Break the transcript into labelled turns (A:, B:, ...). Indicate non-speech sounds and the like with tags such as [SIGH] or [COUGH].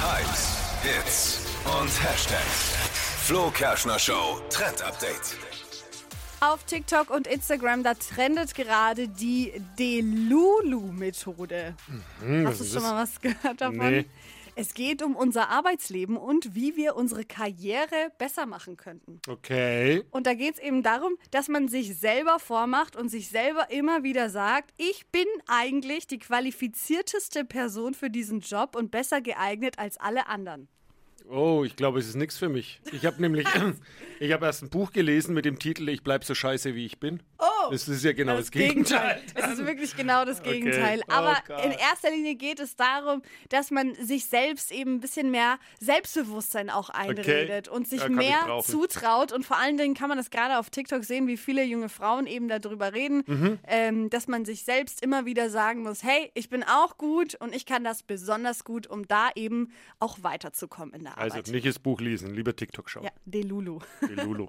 A: Hypes, Hits und Hashtags. Flo Kerschner Show Trend Update.
B: Auf TikTok und Instagram, da trendet gerade die Delulu-Methode. Hast du schon mal was gehört davon?
C: Nee.
B: Es geht um unser Arbeitsleben und wie wir unsere Karriere besser machen könnten.
C: Okay.
B: Und da geht es eben darum, dass man sich selber vormacht und sich selber immer wieder sagt, ich bin eigentlich die qualifizierteste Person für diesen Job und besser geeignet als alle anderen.
C: Oh, ich glaube, es ist nichts für mich. Ich habe [LAUGHS] nämlich, ich habe erst ein Buch gelesen mit dem Titel Ich bleib so scheiße, wie ich bin. Oh! Das ist ja genau das, Gegenteil.
B: [LAUGHS] Es ist wirklich genau das Gegenteil.
C: Oh
B: Aber
C: Gott.
B: in erster Linie geht es darum, dass man sich selbst eben ein bisschen mehr Selbstbewusstsein auch einredet und sich
C: Ja, kann ich
B: mehr
C: brauchen.
B: zutraut. Und vor allen Dingen kann man das gerade auf TikTok sehen, wie viele junge Frauen eben darüber reden,
C: Mhm.
B: ähm, dass man sich selbst immer wieder sagen muss, hey, ich bin auch gut und ich kann das besonders gut, um da eben auch weiterzukommen in der Arbeit.
C: Also nicht das Buch lesen, lieber TikTok schauen.
B: ja, Delulu.
C: [LAUGHS] Die Lulu.